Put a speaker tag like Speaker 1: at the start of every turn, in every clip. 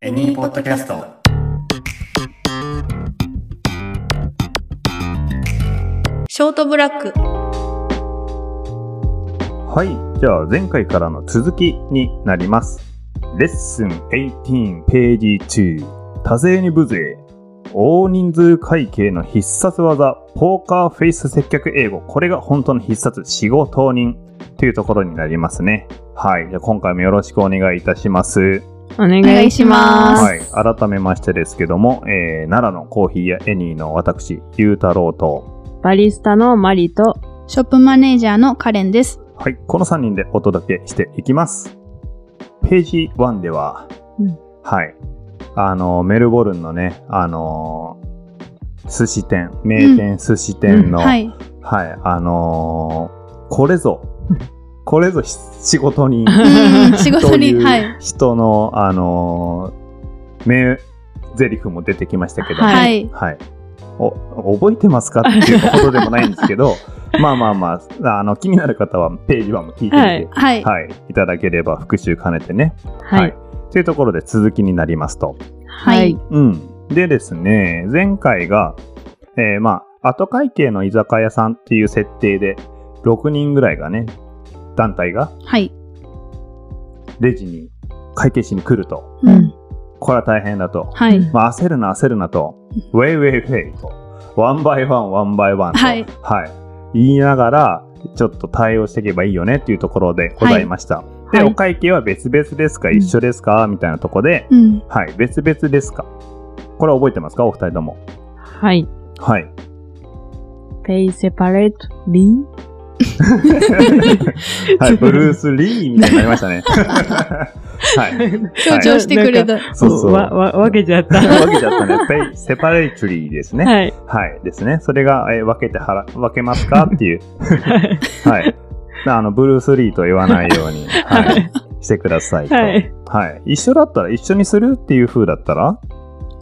Speaker 1: エニーポッドキャスト。
Speaker 2: ショートブラック。
Speaker 3: はい。じゃあ、前回からの続きになります。レッスン18ページ2。多勢に無勢。大人数会計の必殺技、ポーカーフェイス接客英語。これが本当の必殺、仕事人というところになりますね。はい。じゃあ、今回もよろしくお願いいたします。
Speaker 4: お願いします。
Speaker 3: はい、改めましてですけども、えー奈良のコーヒーやエニーの私、ゆうたろうと、
Speaker 4: バリスタのマリと、
Speaker 2: ショップマネージャーのカレンです。
Speaker 3: はい、この3人でお届けしていきます。ページ1では、
Speaker 4: うん
Speaker 3: はい、あの、メルボルンのね、あのー寿司店、名店寿司店の、
Speaker 2: はい。
Speaker 3: はい、あのーこれぞ、これぞひ仕事に、
Speaker 2: うん、仕
Speaker 3: と
Speaker 2: 事
Speaker 3: い
Speaker 2: に、はい。
Speaker 3: う人の、あのー名台詞も出てきましたけど、
Speaker 4: はい
Speaker 2: はい。
Speaker 3: はい。お、覚えてますかっていうほどでもないんですけ ど、まあまあまあ、あの、気になる方はページ1も聞いてみて、
Speaker 4: は
Speaker 3: はいい、
Speaker 2: はい。
Speaker 3: い、ただければ復習兼ねてね。
Speaker 4: はい。
Speaker 3: というところで続きになりますと。
Speaker 2: はい
Speaker 4: はい。
Speaker 3: うん。でですね、前回が、えーまあ、後会計の居酒屋さんっていう設定で、6人ぐらいがね、団体が
Speaker 2: はい。
Speaker 3: レジに会計しに来ると。
Speaker 2: うん。
Speaker 3: これは大変だと。
Speaker 2: はい。
Speaker 3: まあ、焦るな焦るなと、ウェイウェイウェイと、ワンバイワンワンバイワンと、
Speaker 2: はい
Speaker 3: はい言いながら、ちょっと対応していけばいいよねっていうところでございました。で、
Speaker 2: はい
Speaker 3: お会計は別々ですか、
Speaker 4: うん
Speaker 3: 一緒ですかみたいなとこで、
Speaker 2: うん。
Speaker 3: はい、別々ですか。これは覚えてますかお二人とも。
Speaker 4: はい。
Speaker 3: はい。
Speaker 4: ペイセパレートリー
Speaker 3: はい、ブルース・リーみたいになりましたね。はい。
Speaker 2: 強調してくれた。
Speaker 3: そうそう。
Speaker 4: わ、わ、わけちゃった。
Speaker 3: わけちゃったね。ペイ、セパレートリーですね。
Speaker 4: はい。
Speaker 3: はい、ですね。それが、えー分けてはら分けますかっていう。はい。あの、ブルース・リーと言わないように、はい、してくださいと、は
Speaker 4: はいい。
Speaker 3: 一緒だったら、一緒にするっていう風だったら、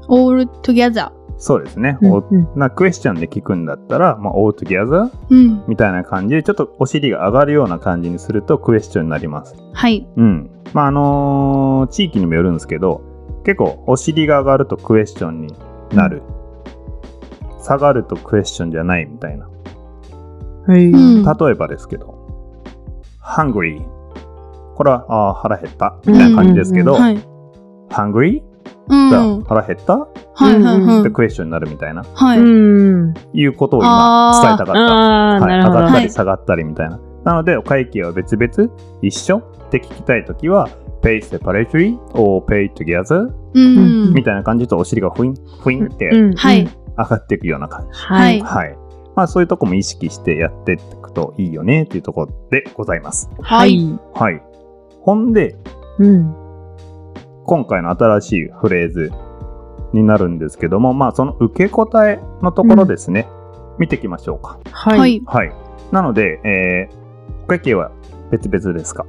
Speaker 2: オールトゥギャザ
Speaker 3: そうですね。
Speaker 4: うん
Speaker 3: おなクエスチョンで聞くんだったら、まあ、all together
Speaker 2: ー。うん。
Speaker 3: みたいな感じで、ちょっとお尻が上がるような感じにするとクエスチョンになります。
Speaker 2: はい。
Speaker 3: うん。まあ、あのー地域にもよるんですけど、結構お尻が上がるとクエスチョンになる。下がるとクエスチョンじゃないみたいな。
Speaker 4: はい。
Speaker 2: うん。
Speaker 3: 例えばですけど、hungry。これは、あー腹減ったみたいな感じですけど、
Speaker 2: はい。
Speaker 3: hungry?
Speaker 2: うん。
Speaker 3: じゃ
Speaker 2: は
Speaker 3: あ腹減った、
Speaker 2: い。はい。
Speaker 3: って
Speaker 2: はい
Speaker 3: クエスチョンになるみたいな、
Speaker 2: は
Speaker 4: う
Speaker 2: い。
Speaker 4: ん。
Speaker 3: いうことを今伝えたかった。
Speaker 4: あー、
Speaker 3: はい、上
Speaker 4: な
Speaker 3: が
Speaker 4: る
Speaker 3: っ
Speaker 4: ほ
Speaker 3: た
Speaker 2: は
Speaker 3: り
Speaker 2: い
Speaker 3: 下がったりみたいな。なので、お会計は別々、一緒って聞きたいときは、pay separately or pay together
Speaker 2: うん。
Speaker 3: みたいな感じとお尻がふいん、ふいんって
Speaker 4: ど。うん
Speaker 2: はい。。
Speaker 3: 上がっていくような感じ。
Speaker 4: は
Speaker 2: う
Speaker 4: い
Speaker 2: ん。
Speaker 3: はい。まあそういうとこも意識してやっていくといいよねっていうところでございます。
Speaker 2: は。
Speaker 4: はいい。
Speaker 3: はい。ほんで、
Speaker 4: うん。
Speaker 3: 今回の新しいフレーズになるんですけども、まあその受け答えのところですね、見ていきましょうか。
Speaker 2: は。
Speaker 4: はい
Speaker 3: はい。なので、えー、お会計は別々ですか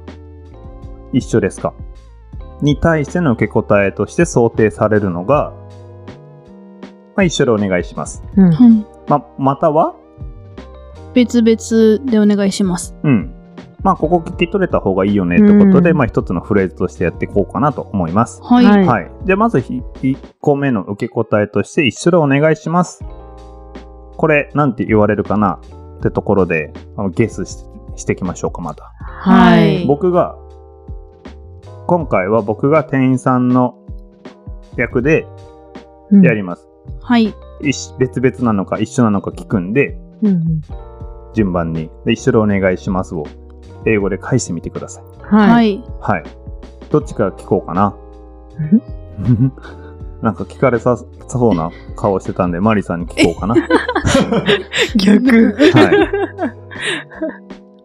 Speaker 3: 一緒ですかに対しての受け答えとして想定されるのが、まあ一緒でお願いします。
Speaker 4: うん
Speaker 2: うん
Speaker 3: ま、または、
Speaker 2: 別々でお願いします。
Speaker 3: うん。まあここ聞き取れた方がいいよねってことで、
Speaker 4: うん
Speaker 3: まあ一つのフレーズとしてやっていこうかなと思います。
Speaker 2: はい。
Speaker 4: は
Speaker 2: はいい。
Speaker 3: はい。じゃあ、まずひ1個目の受け答えとして、一緒でお願いします。これ、なんて言われるかなってところで、あのゲスししてきましょうか、また。
Speaker 4: はい。
Speaker 3: 僕が、今回は僕が店員さんの役でやります。
Speaker 2: はい。
Speaker 3: 一別々なのか一緒なのか聞くんで、
Speaker 4: うん。
Speaker 3: 順番に。で、一緒でお願いしますを、英語で返してみてください。
Speaker 4: は。
Speaker 2: はいい。
Speaker 3: はい。どっちから聞こうかな。 なんか聞かれさそうな顔してたんで、マリさんに聞こう かな。
Speaker 4: 逆。
Speaker 3: はい。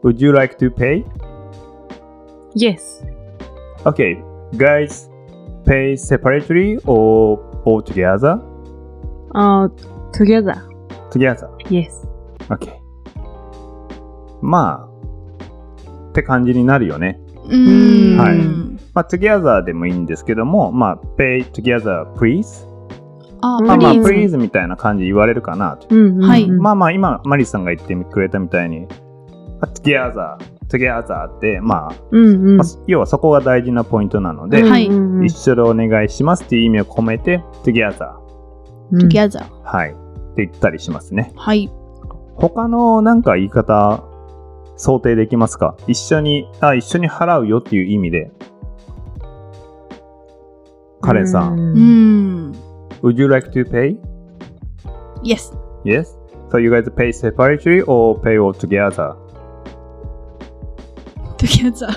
Speaker 3: Would you like to pay?
Speaker 4: Yes.
Speaker 3: Okay, guys, pay separately or all together?
Speaker 4: あー、together.
Speaker 3: Together.
Speaker 4: Yes.
Speaker 3: Okay. まあ、って感じになるよね。
Speaker 2: うーん。
Speaker 4: はい
Speaker 3: まあ、together でもいいんですけども、まあ、pay together, please.
Speaker 2: あ、
Speaker 4: うん
Speaker 3: まあま
Speaker 2: プ
Speaker 3: あ、
Speaker 2: リーズ。
Speaker 3: please みたいな感じ言われるかなと。
Speaker 4: うん。うん
Speaker 2: はい
Speaker 3: まあまあ、今、マリさんが言ってくれたみたいに、together, together って、まあ、
Speaker 4: うんうん
Speaker 3: まあ。要はそこが大事なポイントなので、
Speaker 2: はい
Speaker 4: うんうん
Speaker 3: 一緒でお願いしますっていう意味を込めて together
Speaker 4: うん
Speaker 2: together。
Speaker 3: はいって言ったりしますね
Speaker 2: はい。
Speaker 3: 他のなんか言い方想定できますか一緒にあ一緒に払うよっていう意味でカレンさん、
Speaker 4: う
Speaker 2: うーん。
Speaker 3: Would you like to pay?
Speaker 2: Yes.
Speaker 3: Yes? So you guys pay separately or pay all together?
Speaker 2: together.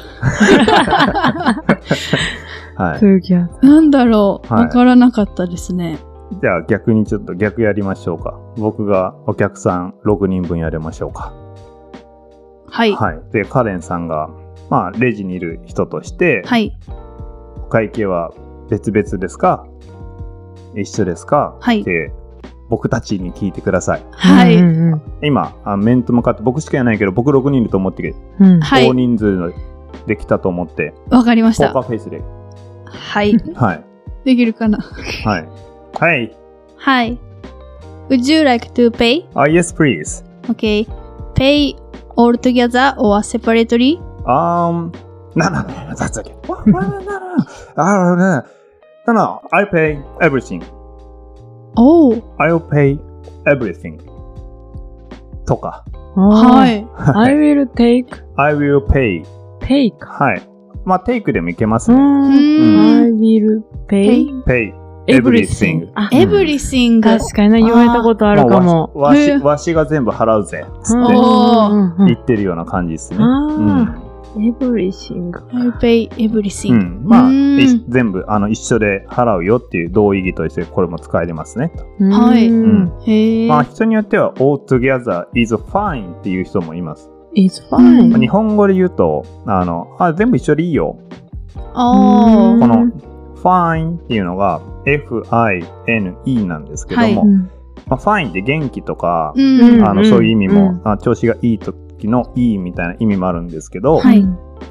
Speaker 3: はい。
Speaker 4: together
Speaker 2: なんだろう。
Speaker 3: はい
Speaker 2: わからなかったですね。
Speaker 3: じゃあ逆にちょっと逆やりましょうか。僕がお客さん6人分やりましょうか。
Speaker 2: はい。
Speaker 3: はい。で、カレンさんが、まあ、レジにいる人として、
Speaker 2: はい。
Speaker 3: お会計は別々ですか一緒ですか、
Speaker 2: はい
Speaker 3: って僕たちに聞いてください。
Speaker 2: はい。
Speaker 4: うんうん
Speaker 3: 今、あ面と向かって僕しかいないけど、僕6人いると思ってけど、
Speaker 4: うん
Speaker 2: は
Speaker 3: 大
Speaker 2: い。
Speaker 3: 人数のできたと思って、
Speaker 2: わかりまし
Speaker 3: ポーカ
Speaker 2: た。
Speaker 3: ーフェイスで。
Speaker 2: はい。
Speaker 3: はい。
Speaker 2: できるかな。
Speaker 3: はい。はい。
Speaker 2: はい。Would you like to pay?
Speaker 3: Ah, yes, please.
Speaker 2: Okay. Pay all together or separately?
Speaker 3: Um, no, no, no, no, that's okay. What? No, no, no, no. Ah, no, no. No, no, I pay everything.
Speaker 2: Oh.
Speaker 3: I'll pay everything. とか。
Speaker 2: は
Speaker 4: はい。
Speaker 2: い。
Speaker 4: I will take
Speaker 3: I will pay.
Speaker 4: take
Speaker 3: はい。まあ、テイクでもいけます
Speaker 4: う
Speaker 3: ね。
Speaker 2: うんーん。
Speaker 4: I will pay
Speaker 3: pay
Speaker 4: everything あ
Speaker 2: Everything.
Speaker 4: 確かにね言われたことあるかも
Speaker 3: まあわし
Speaker 2: へ
Speaker 3: わ
Speaker 2: え
Speaker 3: しわしが全部払うぜ。つって
Speaker 2: おー
Speaker 4: うんうん
Speaker 3: 言ってるような感じですね。うん。
Speaker 4: あー everything
Speaker 2: I pay
Speaker 3: う
Speaker 2: everything.
Speaker 3: ん、まあ、
Speaker 2: うん
Speaker 3: い全部あの一緒で払うよっていう同意義としてこれも使えれますね。
Speaker 2: はい
Speaker 4: うん
Speaker 2: へえ。
Speaker 3: まあ人によっては all together is fine っていう人もいます。
Speaker 4: It's
Speaker 3: まあ
Speaker 4: fine
Speaker 3: 日本語で言うとあのあ全部一緒でいいよ。
Speaker 2: あ
Speaker 3: こ
Speaker 2: ー。
Speaker 3: の
Speaker 4: うん
Speaker 3: fine っていうのが fine なんですけども、
Speaker 2: は
Speaker 4: うん
Speaker 3: まあ、fine って元気とか、
Speaker 2: うんん。
Speaker 3: あのそういう意味も、
Speaker 4: う
Speaker 3: あ調子がいい時のいいみたいな意味もあるんですけど、
Speaker 2: はい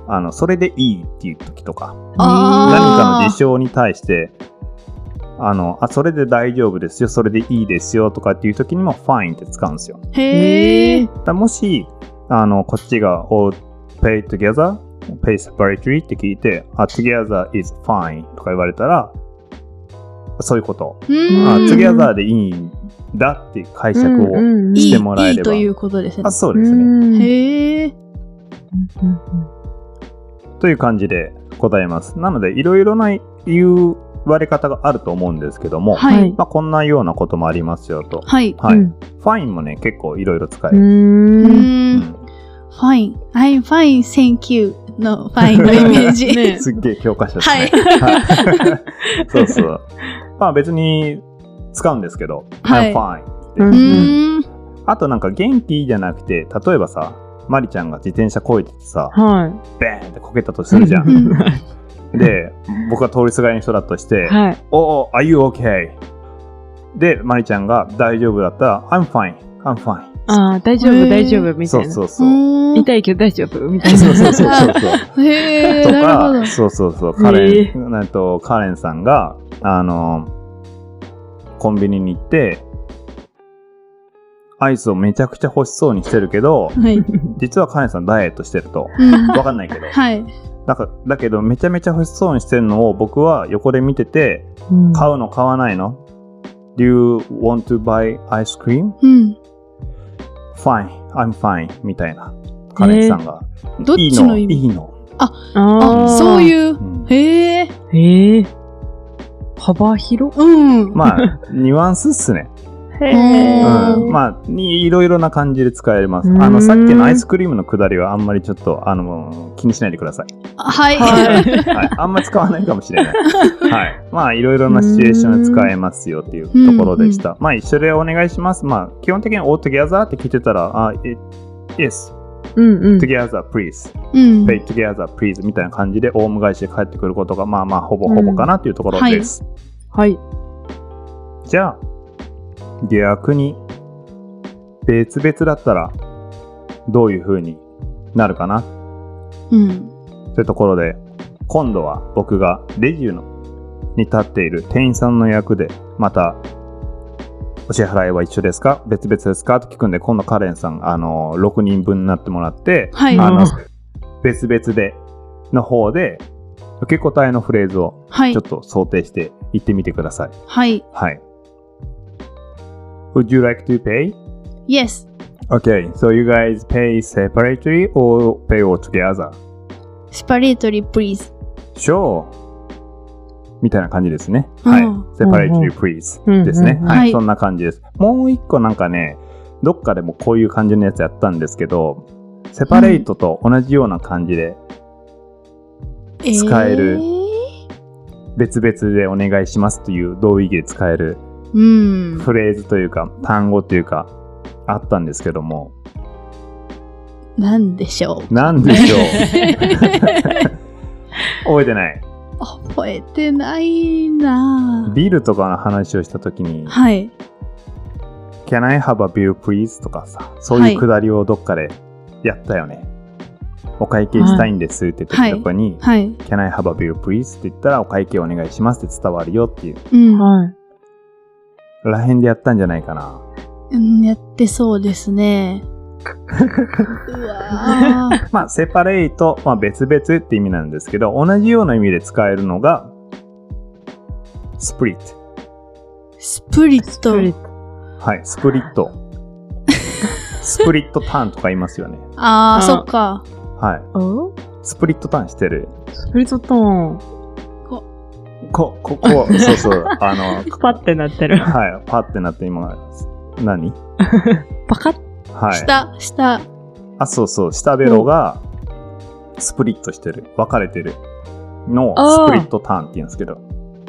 Speaker 3: あのそれでいいっていう時とか何
Speaker 2: あー
Speaker 3: かの事象に対してあのあそれで大丈夫ですよそれでいいですよとかっていう時にも fine って使うんですよ。
Speaker 2: へえ。
Speaker 3: だからもしあのこっちが all pay together pay separately って聞いてあ together is fine とか言われたらそういうこと、
Speaker 2: うん
Speaker 3: あ
Speaker 4: うん
Speaker 3: together でいいんだっていう解釈を、
Speaker 4: うんうん
Speaker 2: いい
Speaker 3: してもらえれば
Speaker 2: いいということですね
Speaker 3: あ。そう
Speaker 4: う
Speaker 3: ですね。
Speaker 4: ん
Speaker 2: へえ。
Speaker 4: うんうん
Speaker 3: という感じで答えます。なので、いろいろな言われ方があると思うんですけども、
Speaker 2: はい。
Speaker 3: まあ、こんなようなこともありますよと。
Speaker 2: はい。
Speaker 3: はい。
Speaker 4: うん
Speaker 3: ファインもね、結構いろいろ使え
Speaker 4: う
Speaker 3: る。
Speaker 2: うん。
Speaker 3: うん
Speaker 2: Fine. I'm fine. Thank you. の fine のイメージ。
Speaker 4: ね
Speaker 3: んすっげえ教科書ですね。
Speaker 2: は
Speaker 3: はいそうそう。まあ別に使うんですけど、
Speaker 2: はい
Speaker 3: I'm fine って。
Speaker 4: うん
Speaker 2: うーん。
Speaker 3: あとなんか元気じゃなくて、例えばさ、マリちゃんが自転車こいでてさ、
Speaker 4: は
Speaker 3: ベーンってこけたとするじゃ。
Speaker 2: うんん
Speaker 3: で、僕が通りすがりの人だとして、
Speaker 4: いはい
Speaker 3: おお、Are you okay? で、マリちゃんが大丈夫だったら、I'm fine, I'm fine.
Speaker 4: あー大丈
Speaker 2: へ
Speaker 4: 夫
Speaker 2: ー
Speaker 4: 大丈夫みた
Speaker 3: そ
Speaker 4: いうな
Speaker 3: そうそう。
Speaker 4: 痛いけど大丈夫みたいな
Speaker 3: そうそうそうそうそう。
Speaker 2: へえ。
Speaker 3: と
Speaker 2: なるほ
Speaker 3: か、
Speaker 2: ど。
Speaker 3: そうそうそう、カレ
Speaker 4: へ
Speaker 3: ン、えっと、カレンさんが、あの、コンビニに行って、アイスをめちゃくちゃ欲しそうにしてるけど、
Speaker 2: はい。
Speaker 3: 実はカレンさんダイエットしてると。
Speaker 2: うん
Speaker 3: わかんないけど。
Speaker 2: はい。
Speaker 3: なんかだけど、めちゃめちゃ欲しそうにしてるのを僕は横で見てて、
Speaker 4: うん
Speaker 3: 買うの買わないの ?Do you want to buy ice cream?
Speaker 2: うん。
Speaker 3: Fine, I'm fine みたいなカレンさんが、
Speaker 2: どっ
Speaker 3: いい
Speaker 2: ちの
Speaker 3: の
Speaker 2: 意味
Speaker 3: いいの、
Speaker 4: あ
Speaker 2: あ、
Speaker 4: ー
Speaker 2: そういう
Speaker 3: う。ん
Speaker 2: へえ。
Speaker 4: へえ幅広
Speaker 2: うん。
Speaker 3: まあ ニュアンスっすね、
Speaker 4: へ
Speaker 2: えー
Speaker 3: うん、まあにいろいろな感じで使えます
Speaker 4: うーん
Speaker 3: あのさっきのアイスクリームのくだりはあんまりちょっとあの気にしないでください、
Speaker 2: はい。
Speaker 4: はい
Speaker 3: はい、あんまり使わないかもしれない、はい、まあいろいろなシチュエーションで使えますよっていうところでした、まあ一緒でお願いしますまあ基本的に all together って聞いてたらあ it- Yes,
Speaker 4: うんうん
Speaker 3: together, please.
Speaker 2: うん。
Speaker 3: pay together please みたいな感じでオウム返しで帰ってくることがまあまあほぼほぼかなというところです、
Speaker 4: はい
Speaker 3: じゃあ逆に別々だったらどういう風になるかな
Speaker 2: うん。
Speaker 3: というところで今度は僕がレジのに立っている店員さんの役でまたお支払いは一緒ですか別々ですかと聞くんで今度カレンさんあの6人分になってもらって、
Speaker 2: はい。
Speaker 3: あの
Speaker 4: うん
Speaker 3: 別々での方で受け答えのフレーズを
Speaker 2: は
Speaker 3: ち
Speaker 2: い
Speaker 3: ょっ。と想定して言ってみてください。
Speaker 2: はい。
Speaker 3: はい。Would you like to pay?
Speaker 2: Yes.
Speaker 3: Okay, so you guys pay separately or pay all together?
Speaker 2: Separately, please.
Speaker 3: Sure. みたいな感じですね。
Speaker 2: うん
Speaker 3: はい。
Speaker 4: うんうん
Speaker 3: separately please
Speaker 4: うんうんうん
Speaker 3: ですね。
Speaker 2: は
Speaker 3: はいい。そんな感じです。もう一個なんかね、どっかでもこういう感じのやつやったんですけど、セパレートと同じような感じで、使える
Speaker 2: えー
Speaker 3: 別々でお願いしますという同意義で使える
Speaker 2: うん。
Speaker 3: フレーズというか、単語というか、あったんですけども、
Speaker 2: なんでしょ。
Speaker 3: なんでしょう覚えてないう
Speaker 2: 覚えてないなぁ
Speaker 3: ビールとかの話をした時に、
Speaker 2: はい。
Speaker 3: Can I have a beer please? とかさ、そういうくだりをどっかでやったよね。お会計したいんですって時とかに、
Speaker 2: はい。
Speaker 3: Can I have a beer please? って言ったらお会計お願いしますって伝わるよっていう。
Speaker 2: うん。
Speaker 4: はい。
Speaker 3: らへんでやったんじゃないかな。
Speaker 2: うん、やってそうですね。うわぁ。
Speaker 3: まあ、セパレート、まあ別々って意味なんですけど、同じような意味で使えるのが、スプリット。
Speaker 2: スプリッ
Speaker 4: スプリ
Speaker 2: ト。
Speaker 4: ッ
Speaker 3: はい、スプリット。スプリットターンとか言いますよね。
Speaker 2: ああ、
Speaker 4: あ
Speaker 2: そっか。
Speaker 3: はい。
Speaker 4: ト
Speaker 3: スプリットターンしてる。
Speaker 4: スプリットトーン。
Speaker 3: こ、こ、こ、そう そう。あの、
Speaker 4: パッてなってる。
Speaker 3: はい、パってなって今、何
Speaker 4: パカッ。
Speaker 3: はい。
Speaker 2: 下、下。
Speaker 3: あ、そうそう、下ベロがスプリットしてる、分かれてるの
Speaker 4: あー
Speaker 3: をスプリットターンって言うんですけど、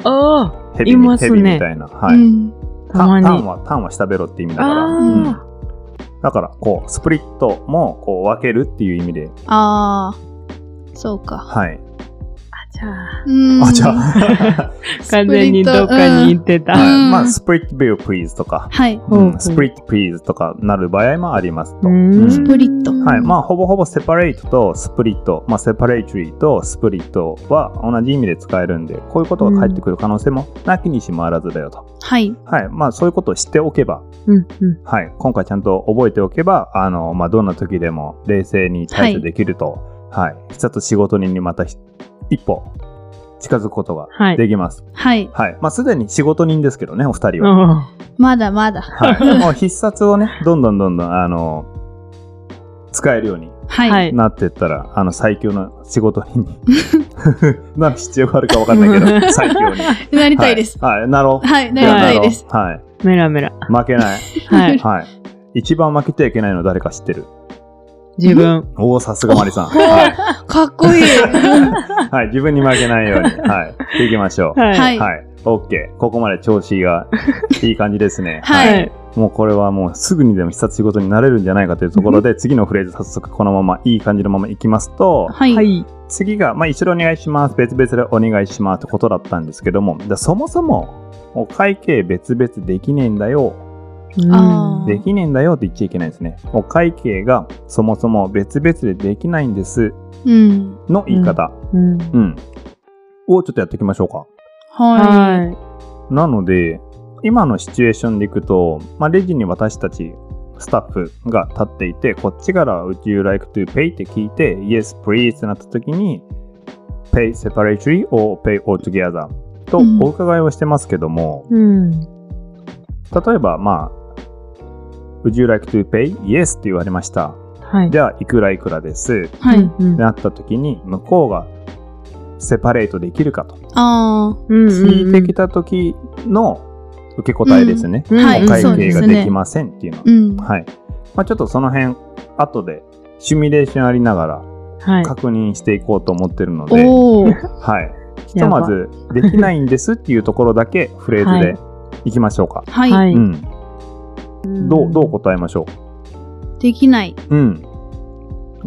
Speaker 4: おー
Speaker 3: ヘビ
Speaker 4: い
Speaker 3: に
Speaker 4: ます
Speaker 3: ヘ
Speaker 4: ね
Speaker 3: ビみたいな。は
Speaker 2: う
Speaker 3: い。
Speaker 2: ん。
Speaker 4: たま
Speaker 3: タン
Speaker 4: に。
Speaker 3: は、タンは下ベロって意味だから、うん
Speaker 4: あ
Speaker 3: だから、こう、スプリットもこう分けるっていう意味で、
Speaker 2: ああ、そうか。
Speaker 3: はい。
Speaker 4: あ。じゃあ、
Speaker 2: うん。
Speaker 3: あ、じゃあ、
Speaker 2: は
Speaker 3: は
Speaker 4: 完全にどっかに行って
Speaker 2: う
Speaker 4: た。
Speaker 2: ん
Speaker 3: いまあ、スプリットビルプリーズとか、
Speaker 2: い。
Speaker 3: うん
Speaker 4: うん
Speaker 3: スプリットプリーズとかなる場合もありますと。
Speaker 4: うん
Speaker 2: スプリット
Speaker 3: はい、まあほぼほぼセパレートとスプリット、まあ、セパレートリーとスプリットは同じ意味で使えるんでこういうことが返ってくる可能性もなきにしもあらずだよと、
Speaker 2: はい。
Speaker 3: はいまあ、そういうことを知っておけば、
Speaker 4: うんうん。
Speaker 3: はい、今回ちゃんと覚えておけばあの、まあ、どんな時でも冷静に対処できると、はいちょっと仕事にまたひ一歩近づくことが
Speaker 4: はい。
Speaker 3: できます、
Speaker 2: はい。
Speaker 3: はいまあ、すでに仕事人ですけどねお二人は、
Speaker 4: うん
Speaker 2: まだまだ。
Speaker 3: はい、もう必殺をねどんどんどんどんあの使えるように
Speaker 2: はい。
Speaker 4: はい
Speaker 3: なってったら、あの、最強の仕事人に なる必要があるかわかんないけど、 最強に。
Speaker 2: なりたいです。
Speaker 3: はい、はいなろう。
Speaker 2: はい。なりたいです。
Speaker 3: なろうはい。
Speaker 4: メラメラ。
Speaker 3: 負けない。
Speaker 4: はい。
Speaker 3: はい。一番負けてはいけないの誰か知ってる。
Speaker 4: 自分。
Speaker 3: おお、さすがマリさん。は
Speaker 2: かっこいい。
Speaker 3: い。はい、自分に負けないように。はい。いきましょう。
Speaker 4: はい。
Speaker 2: はい。
Speaker 3: はい。オッケー。ここまで調子がいい感じですね
Speaker 2: はい
Speaker 3: もうこれはもうすぐにでも必殺仕事になれるんじゃないかというところで、次のフレーズ早速このままいい感じのままいきますと、
Speaker 2: はい。
Speaker 4: はい。
Speaker 3: 次が、まあ、一緒にお願いします、別々でお願いしますってことだったんですけども、だそもそも、お会計別々できねえんだよ、
Speaker 2: あー
Speaker 3: できねえんだよって言っちゃいけないですね。お会計がそもそも別々でできないんです
Speaker 2: うん。
Speaker 3: の言い方、
Speaker 4: うん。
Speaker 3: うん、をちょっとやっていきましょうか。
Speaker 2: は
Speaker 4: はい。
Speaker 3: なので、今のシチュエーションでいくと、まあ、レジに私たちスタッフが立っていて、こっちから Would you like to pay? って聞いて、Yes, please ってなった時に、Pay separately or pay altogether と
Speaker 2: うん
Speaker 3: お伺いをしてますけども、
Speaker 4: うん。
Speaker 3: 例えば、まあ、Would you like to pay? Yes って言われました。
Speaker 4: はい。
Speaker 3: じゃあ、いくらいくらです。
Speaker 2: い。は
Speaker 4: う
Speaker 2: い。
Speaker 4: んうん
Speaker 3: なった時に、向こうがセパレートできるかと
Speaker 2: あ
Speaker 4: うん
Speaker 3: 聞いてきた時の受け答えですね。
Speaker 4: うん
Speaker 2: は
Speaker 3: お
Speaker 2: い
Speaker 3: 会
Speaker 2: そう
Speaker 3: 計
Speaker 2: です
Speaker 3: が
Speaker 2: ね
Speaker 3: できませんっていうのは
Speaker 2: あ。うん。
Speaker 3: はい。まあ、ちょっとその辺、後でシミュレーションありながら
Speaker 4: はい。
Speaker 3: 確認していこうと思ってるので、
Speaker 2: おお。
Speaker 3: はい。ひとまず、できないんですっていうところだけフレーズでいきましょうか。
Speaker 2: はい。
Speaker 4: い
Speaker 3: うん。どう、どう答えましょ
Speaker 2: できない。
Speaker 3: ううん。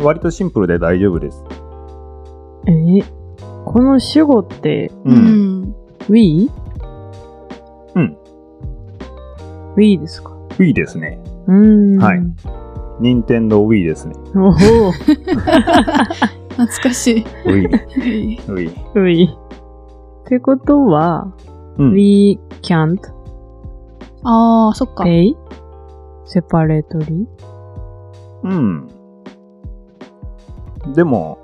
Speaker 3: 割とシンプルで大丈夫です。
Speaker 4: えーこの主語って、
Speaker 3: う。
Speaker 2: うんん。
Speaker 4: we?
Speaker 3: うん。
Speaker 4: we ですか
Speaker 3: Wii ですね。
Speaker 4: うーん。
Speaker 3: はい。任天堂 Wii ですね。
Speaker 4: おお、
Speaker 2: 懐かし
Speaker 3: Wii。
Speaker 2: い。
Speaker 3: Wii。
Speaker 4: we。ってことは、
Speaker 3: うん。
Speaker 4: we can't
Speaker 2: ああ、そっか。
Speaker 4: pay separately?
Speaker 3: うん。でも、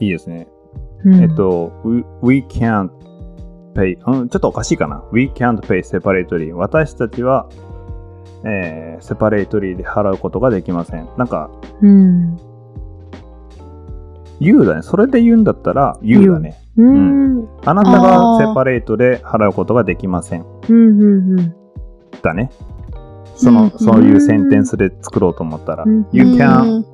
Speaker 3: いいですね。
Speaker 4: うん
Speaker 3: えっと、we, we can't pay、うん、ちょっとおかしいかな。We can't pay separately。私たちは、えー、セパレートリーで払うことができません。なんか、
Speaker 4: うん。
Speaker 3: you だね。それで言うんだったら you だね。
Speaker 4: うんん。
Speaker 3: あなた
Speaker 2: あ
Speaker 3: が
Speaker 2: ー
Speaker 3: セパレートで払うことができません。
Speaker 4: うん。うん。うん。
Speaker 3: だね。そ
Speaker 2: うん
Speaker 3: の、そういうセンテンスで作ろうと思ったら
Speaker 4: うん、
Speaker 3: you
Speaker 2: うん
Speaker 3: can't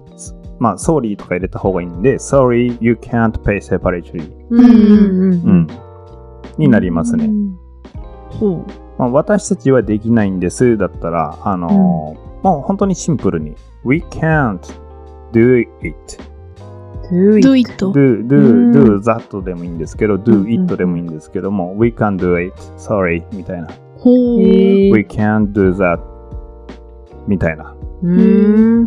Speaker 3: まあ、sorry とか入れた方がいいんで、sorry, you can't pay separately、
Speaker 4: うん。う。
Speaker 3: うんん、になりますね。
Speaker 2: ほ
Speaker 3: まあ、私たちはできないんですだったら、あのーもう本当にシンプルに、we can't do it,
Speaker 4: Do
Speaker 2: う。
Speaker 4: it.
Speaker 2: do it.
Speaker 3: do,
Speaker 4: う
Speaker 3: do,
Speaker 4: ん
Speaker 3: do that でもいいんですけど、do
Speaker 4: うん
Speaker 3: it でもいいんですけども、we can't do it, sorry みたいな、
Speaker 2: ほう。
Speaker 4: え
Speaker 3: we can't do that みたいな、
Speaker 4: うん。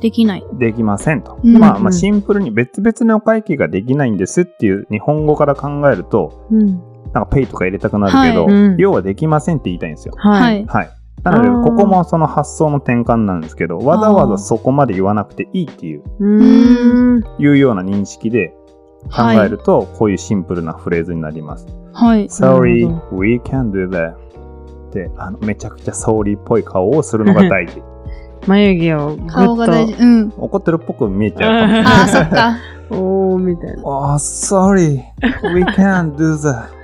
Speaker 2: できない。
Speaker 3: できませんと。
Speaker 2: うん
Speaker 3: まあ、ま
Speaker 4: う
Speaker 3: あ
Speaker 4: ん
Speaker 3: シンプルに別々のお会計ができないんですっていう日本語から考えると、
Speaker 4: うん。
Speaker 3: なんかペイとか入れたくなるけど、
Speaker 4: はいうん
Speaker 3: 要はできませんって言いたいんですよ。
Speaker 2: は
Speaker 4: はい。
Speaker 2: い。
Speaker 3: はい。なので
Speaker 4: あー、
Speaker 3: ここもその発想の転換なんですけど、わざわざそこまで言わなくていいっていう、
Speaker 4: うん。
Speaker 3: いうような認識で考
Speaker 2: はい
Speaker 3: えると、こういうシンプルなフレーズになります。
Speaker 2: はい。
Speaker 3: Sorry,
Speaker 4: なる
Speaker 3: we can do that. で、あの、めちゃくちゃ Sorry っぽい顔をするのが大事。
Speaker 4: 眉毛をグッと。
Speaker 2: 顔が大事。 うん。
Speaker 3: 怒ってるっぽく見えち ゃうかも。
Speaker 2: ああ、そっか。
Speaker 4: おー、みたいな。
Speaker 3: Oh, sorry, we can't do that.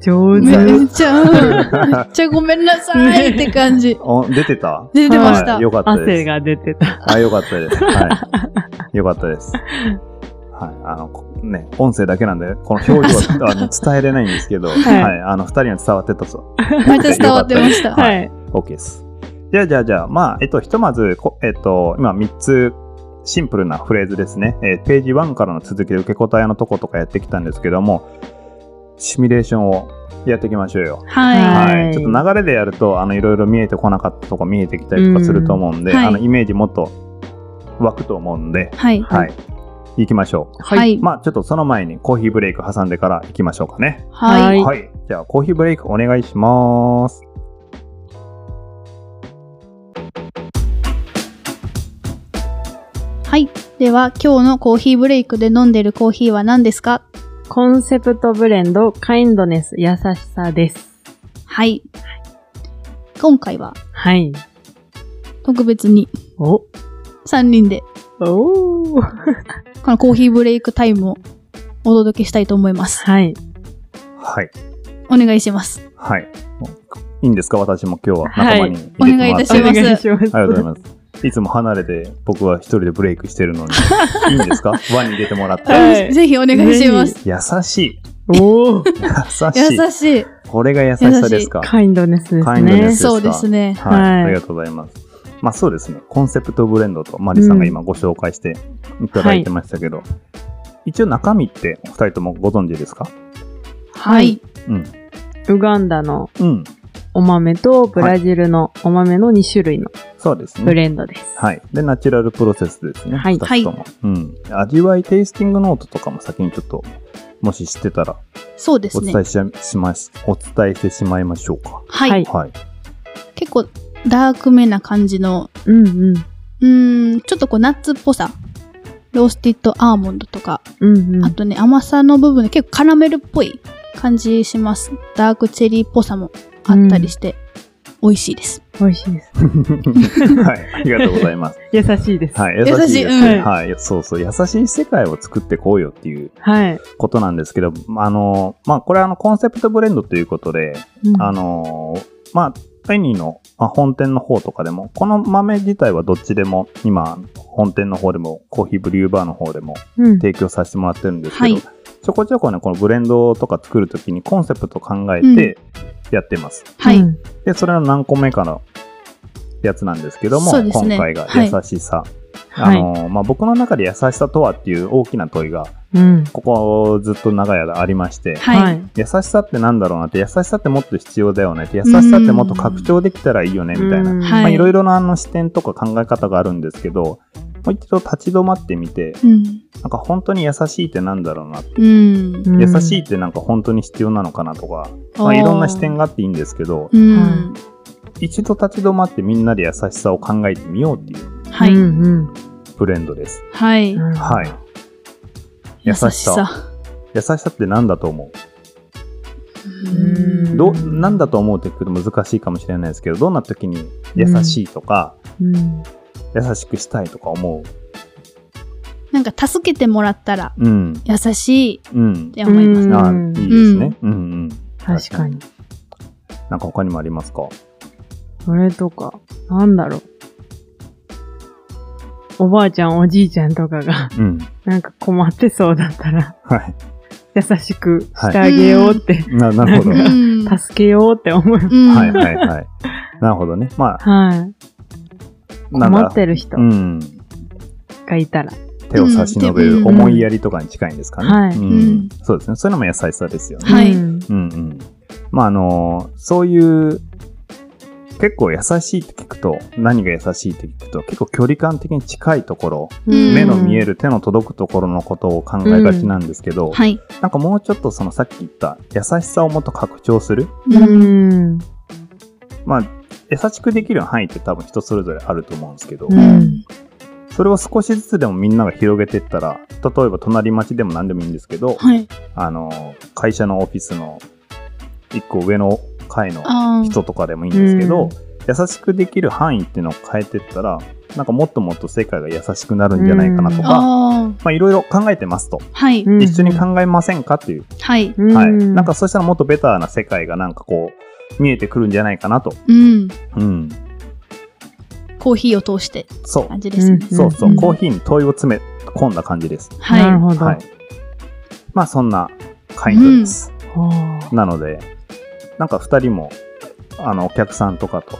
Speaker 4: 上
Speaker 2: め
Speaker 4: 手。
Speaker 2: っちゃ、うんめっちゃごめんなさいって感 じ。
Speaker 3: お出てた
Speaker 2: 出てました。
Speaker 3: はい、よかったです。
Speaker 4: 汗が出てた。。
Speaker 3: あ、よかったです。はい。よかったです。はい。あの、こね、音声だけなんで、この表情はあの伝えれないんです けど、はい、あの、二人には伝わってたぞ。
Speaker 2: めっちゃ伝わってました。
Speaker 3: はい OK です。じゃあ、じゃあ、じゃあ、まあ、えっと、ひとまず、こえっと、今、三つ、シンプルなフレーズですね。えーページ1からの続きで受け答えのとことかやってきたんですけども、シミュレーションをやっていきましょうよ。
Speaker 2: は
Speaker 3: はい、
Speaker 4: はい
Speaker 3: ちょっと流れでやるとあのいろいろ見えてこなかったとか見えてきたりとかすると思うんで、
Speaker 2: うんはい
Speaker 3: あのイメージもっと湧くと思うんで
Speaker 2: い。、はい。
Speaker 3: はい、行きましょ。。
Speaker 2: は。いう
Speaker 3: まあちょっとその前にコーヒーブレイク挟んでから行きましょうかね。
Speaker 2: は。
Speaker 4: はいい
Speaker 3: はい、じゃあコーヒーブレイクお願いします。
Speaker 2: はい。では、今日のコーヒーブレイクで飲んでるコーヒーは何ですか
Speaker 4: コンセプトブレンド、カインドネス、優しさです。
Speaker 2: はい。今回は
Speaker 4: はい。
Speaker 2: 特別に
Speaker 4: お
Speaker 2: 3人で
Speaker 4: おー。
Speaker 2: このコーヒーブレイクタイムをお届けしたいと思います。
Speaker 4: はい。
Speaker 3: はい、
Speaker 2: お願いします。
Speaker 3: はい。いいんですか私も今日は仲間に
Speaker 2: は
Speaker 3: 入
Speaker 2: いお
Speaker 3: れてもらって、
Speaker 2: 願いいたし
Speaker 4: お
Speaker 2: ます
Speaker 4: 願いします。
Speaker 3: ありがとうございます。いつも離れて僕は一人でブレイクしてる のに、いいんですか輪に入れてもらって。
Speaker 4: はい
Speaker 2: ぜひお願いします。
Speaker 3: 優しい。
Speaker 4: おー。
Speaker 3: 優しい。
Speaker 2: 優しい。
Speaker 3: これが優しさですか。
Speaker 4: カインドネスですね。
Speaker 3: カインドネス
Speaker 2: そうですね。
Speaker 3: はい、
Speaker 4: はい
Speaker 3: ありがとうございます。まあそうですね、コンセプトブレンドとマリさんが今ご紹介していただいてましたけど、一応中身ってお二人ともご存知ですか
Speaker 2: は
Speaker 4: はいい。
Speaker 3: うん。
Speaker 4: ウガンダの
Speaker 3: うん。
Speaker 4: お豆とブラジルのお豆の2種類の
Speaker 3: そうです
Speaker 4: ブ
Speaker 3: ね。
Speaker 4: レンドです。
Speaker 3: はい。で、ナチュラルプロセスですね。
Speaker 4: はい
Speaker 3: 二つとも。うん。味わい、テイスティングノートとかも先にちょっと、もし知ってたら、
Speaker 2: そうです
Speaker 3: お
Speaker 2: ね
Speaker 3: 伝。えし,、しまし、お伝えしてしまいましょうか。
Speaker 2: は
Speaker 4: はいい。
Speaker 3: はい。
Speaker 2: 結構ダークめな感じの、
Speaker 4: うんう
Speaker 2: う
Speaker 4: ん。
Speaker 2: ーん、ちょっとこうナッツっぽさ。ロースティッドアーモンドとか、
Speaker 4: うんう
Speaker 2: あ
Speaker 4: ん。
Speaker 2: とね、甘さの部分で結構カラメルっぽい感じします。ダークチェリーっぽさもあったりして、美味しいです。
Speaker 4: 美味しいです。
Speaker 3: はい。ありがとうございます。
Speaker 4: 優しいです。
Speaker 3: はい。優
Speaker 2: しい
Speaker 3: しいです、
Speaker 2: うん
Speaker 3: はい。そうそう。優しい世界を作ってこうよっていう
Speaker 4: はい。
Speaker 3: ことなんですけど、あの、まあ、これはあの、コンセプトブレンドということで、
Speaker 4: うん
Speaker 3: あの、まあ、ペニーの、まあ、本店の方とかでも、この豆自体はどっちでも、今、本店の方でも、コーヒーブリューバーの方でも
Speaker 4: うん
Speaker 3: 提供させてもらってるんですけど、
Speaker 2: はい
Speaker 3: ちょこちょこね、このブレンドとか作るときにコンセプトを考えてやってます。
Speaker 2: はい。
Speaker 4: うん
Speaker 3: で、それの何個目かのやつなんですけども、
Speaker 2: そうですね
Speaker 3: 今回が
Speaker 2: はい
Speaker 3: 優しさ。
Speaker 4: はい
Speaker 3: あの、まあ、僕の中で優しさとはっていう大きな問いが、
Speaker 4: うん。
Speaker 3: ここずっと長い間ありまして、
Speaker 2: はい。。
Speaker 3: 優しさってなんだろうなって優しさってもっと必要だよねって優しさってもっと拡張できたらいいよねみたいな、
Speaker 4: うん
Speaker 2: はい
Speaker 3: まあ、いろいろなあの視点とか考え方があるんですけどもう一度立ち止まってみて
Speaker 2: うん。
Speaker 3: なんか本当に優しいってなんだろうなって、
Speaker 2: うん。
Speaker 4: うん
Speaker 3: 優しいってなんか本当に必要なのかなとか、まあ、いろんな視点があっていいんですけど
Speaker 2: うん。
Speaker 3: 一度立ち止まってみんなで優しさを考えてみようっていう
Speaker 2: はい。
Speaker 4: うんうん
Speaker 3: ブレンドです。
Speaker 2: はい。
Speaker 4: うん
Speaker 3: はい優しさ。優しさって何だと思
Speaker 2: うー
Speaker 4: う
Speaker 3: うん
Speaker 2: ん。
Speaker 3: ど何だと思うってくると難しいかもしれないですけどどんな時に優しいとか、
Speaker 4: うん。
Speaker 3: 優しくしたいとか思
Speaker 2: なんか助けてもらったら
Speaker 3: ううん
Speaker 2: 優しいっ
Speaker 3: うん
Speaker 2: て思います。
Speaker 4: うん
Speaker 3: あいいですね、うんうん、
Speaker 4: 確かに。
Speaker 3: なんか他にもありますか
Speaker 4: それとか、なんだろう。おばあちゃん、おじいちゃんとかが、
Speaker 3: うん
Speaker 4: なんか困ってそうだったら、
Speaker 3: はい
Speaker 4: 優しくしてあげようって、
Speaker 3: ななるほど、
Speaker 4: うん
Speaker 2: うん。
Speaker 4: 助けようって思います。
Speaker 2: うん
Speaker 3: はいはいはいなるほどねまあ
Speaker 4: はい。
Speaker 3: なんだ
Speaker 4: 困ってる人
Speaker 3: うん
Speaker 4: がいたら。
Speaker 3: 手を差し伸べ
Speaker 2: うん
Speaker 3: る
Speaker 2: 手
Speaker 3: 思いやりとかに近いんですかね、
Speaker 4: はい
Speaker 3: うん
Speaker 2: うん
Speaker 3: そうですねそういうのも優しさですよね
Speaker 2: はい
Speaker 4: うん
Speaker 3: うんうん。まああの、そういう、結構優しいって聞くと、何が優しいって聞くと、結構距離感的に近いところ、
Speaker 2: うん
Speaker 3: 目の見える手の届くところのことを考えがちなんですけど、
Speaker 2: はい。
Speaker 3: なんかもうちょっとそのさっき言った優しさをもっと拡張する、
Speaker 4: うん。
Speaker 3: まあ優しくできる範囲って多分人それぞれあると思うんですけど、
Speaker 4: うん
Speaker 3: それを少しずつでもみんなが広げていったら、例えば隣町でも何でもいいんですけど、
Speaker 2: はい。
Speaker 3: あの、会社のオフィスの一個上の階の
Speaker 2: あー
Speaker 3: 人とかでもいいんですけど、
Speaker 4: うん
Speaker 3: 優しくできる範囲っていうのを変えてったらなんかもっともっと世界が優しくなるんじゃないかなとか、ま
Speaker 2: あー。
Speaker 3: あ、いろいろ考えてますと、
Speaker 2: はい。
Speaker 4: うん
Speaker 3: 一緒に考えませんかっていう、
Speaker 2: はい。
Speaker 4: うん
Speaker 3: はい、なんか、そうしたらもっとベターな世界がなんかこう見えてくるんじゃないかなと、
Speaker 2: うん。
Speaker 3: うん、
Speaker 2: コーヒーを通して
Speaker 3: そう、
Speaker 2: 感じですね。
Speaker 4: うん
Speaker 3: そうそう、
Speaker 2: うん
Speaker 3: コーヒーに問いを詰め込んだ感じです、
Speaker 2: はい。
Speaker 4: なるほど。
Speaker 3: はい、まあそんなカインドです、
Speaker 4: はあ
Speaker 3: なのでなんか2人もあのお客さんとかと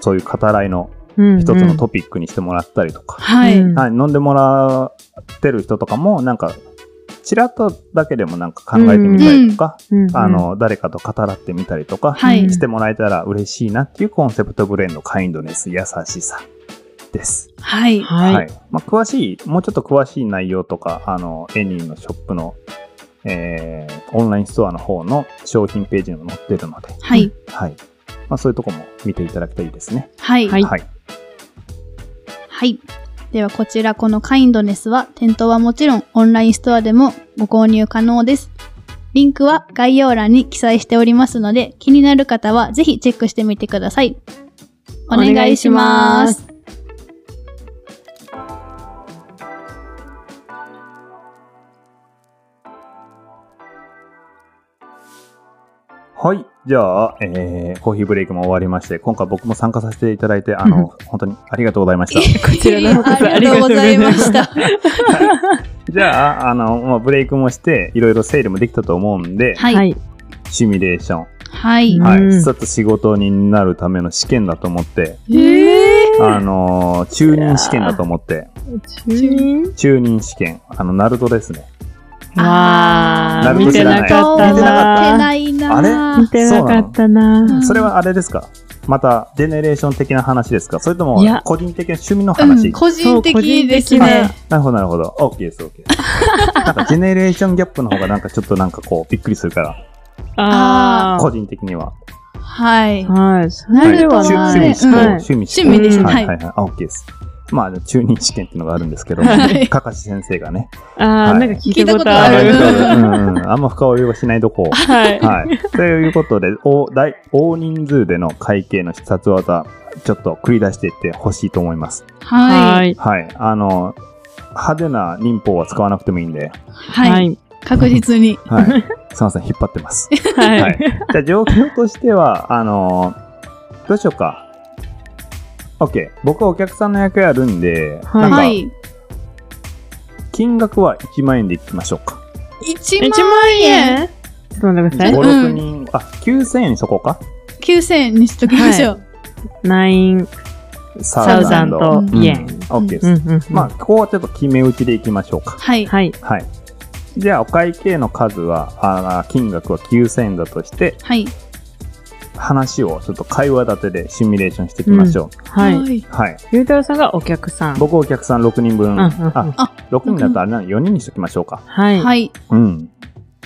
Speaker 3: そういう語らいの一つのトピックにしてもらったりとか、
Speaker 2: は
Speaker 4: う
Speaker 2: い。
Speaker 4: ん
Speaker 3: はい、飲んでもらってる人とかもなんかちらっとだけでもなんか考えてみたりとか、
Speaker 4: うんうん
Speaker 3: あ、の誰かと語らってみたりとか、
Speaker 2: はい
Speaker 3: してもらえたら嬉しいなっていうコンセプトブレンドカインドネス優しさです、
Speaker 2: はい。
Speaker 4: はい。
Speaker 3: まあ、詳しいもうちょっと詳しい内容とかあのエニーのショップの、えーオンラインストアの方の商品ページにも載ってるので、
Speaker 2: はい。
Speaker 3: はいまあ、そういうとこも見ていただくといいですね。
Speaker 2: はい。
Speaker 4: はい
Speaker 3: はい
Speaker 2: はい。ではこちらこのカインドネスは店頭はもちろんオンラインストアでもご購入可能です。リンクは概要欄に記載しておりますので気になる方はぜひチェックしてみてください。お願いします。
Speaker 3: はい。じゃあ、えーコーヒーブレイクも終わりまして、今回僕も参加させていただいて、あの、本当にありがとうございました。
Speaker 4: こちらの方こそ
Speaker 2: ありがとうございました。
Speaker 3: じゃあ、あの、まあ、ブレイクもして、いろいろ整理もできたと思うんで、
Speaker 2: はい。
Speaker 4: は
Speaker 2: はい。
Speaker 4: い。
Speaker 3: シミュレーション、
Speaker 4: うん
Speaker 3: はい。ちょっと仕事になるための試験だと思って、
Speaker 2: え
Speaker 3: あの、中任試験だと思って、
Speaker 4: 中
Speaker 3: 中任試験、あの、ナルトですね。
Speaker 4: わ
Speaker 3: な
Speaker 4: ー、
Speaker 3: る
Speaker 4: 見
Speaker 3: ほど
Speaker 4: てなかったな。
Speaker 2: ないな
Speaker 3: あ
Speaker 4: 見てなかったな。
Speaker 3: それはあれですかまた、ジェネレーション的な話ですかそれとも
Speaker 4: いや、
Speaker 3: 個人的な趣味の
Speaker 2: う
Speaker 3: 話、
Speaker 2: ん、個人的ですね。
Speaker 3: なるほど、なるほど。OK です、OK です。なんか、ジェネレーションギャップの方が、なんかちょっとなんかこう、びっくりするから、
Speaker 4: あ
Speaker 3: 個人的には。
Speaker 2: はい。
Speaker 4: あ。はい。そ
Speaker 2: な
Speaker 3: はい
Speaker 4: れ
Speaker 2: る
Speaker 4: で
Speaker 2: ほ
Speaker 4: は
Speaker 2: ど
Speaker 3: 趣
Speaker 2: ね
Speaker 4: ない。
Speaker 3: 趣味思考、
Speaker 4: はい
Speaker 3: 趣味
Speaker 2: 趣味
Speaker 4: ですね
Speaker 3: はい
Speaker 2: は
Speaker 3: はいはい。あ、OK です。まあ、中任試験っていうのがあるんですけども
Speaker 2: はい、
Speaker 3: かかし先生がね、
Speaker 4: あ
Speaker 3: は
Speaker 4: あ、
Speaker 3: い
Speaker 4: なんか聞いたことあ
Speaker 3: あ
Speaker 2: 聞いたこと
Speaker 4: る。
Speaker 3: うんうんあんま深追いはしないとこう。
Speaker 4: はい。
Speaker 3: はい。ということで、大大大人数での会計の必殺技、ちょっと繰り出していってほしいと思います。
Speaker 2: は。
Speaker 4: はいい。
Speaker 3: はい。あの、派手な忍法は使わなくてもいいんで、
Speaker 2: はい。。確実に。
Speaker 3: はい。すいません、引っ張ってます。
Speaker 4: は。
Speaker 3: はいい。じゃあ、状況としては、あのーどうしようか。OK。僕はお客さんの役やるんで、
Speaker 4: はい
Speaker 2: は
Speaker 3: なんか、
Speaker 2: い。
Speaker 3: 金額は1万円でいきましょうか。
Speaker 2: 1
Speaker 4: 1
Speaker 2: 万
Speaker 4: 万円ちょっと待ってく
Speaker 3: 5、
Speaker 4: ださい。
Speaker 3: 6人、あ、9000円にしとこうか。
Speaker 2: 9000円にしときましょう。
Speaker 4: ナインサウザン
Speaker 3: と
Speaker 4: とイエン。
Speaker 3: OK です。
Speaker 4: うんうん
Speaker 3: まあ、ここはちょっと決め打ちでいきましょうか。
Speaker 2: はい。
Speaker 4: はい。
Speaker 3: はい。じゃあ、お会計の数は、あー金額は9000円だとして、
Speaker 2: はい。
Speaker 3: 話をちょっと会話立てでシミュレーションしていきましょう。
Speaker 4: はい。
Speaker 2: い。
Speaker 3: はい。
Speaker 4: ゆうたろうさんがお客さん。
Speaker 3: 僕お客さん6人分。
Speaker 4: うんうんうん
Speaker 3: あ、6人だとあれなの4人にしときましょうか。
Speaker 4: はい。
Speaker 2: はい。
Speaker 3: うん。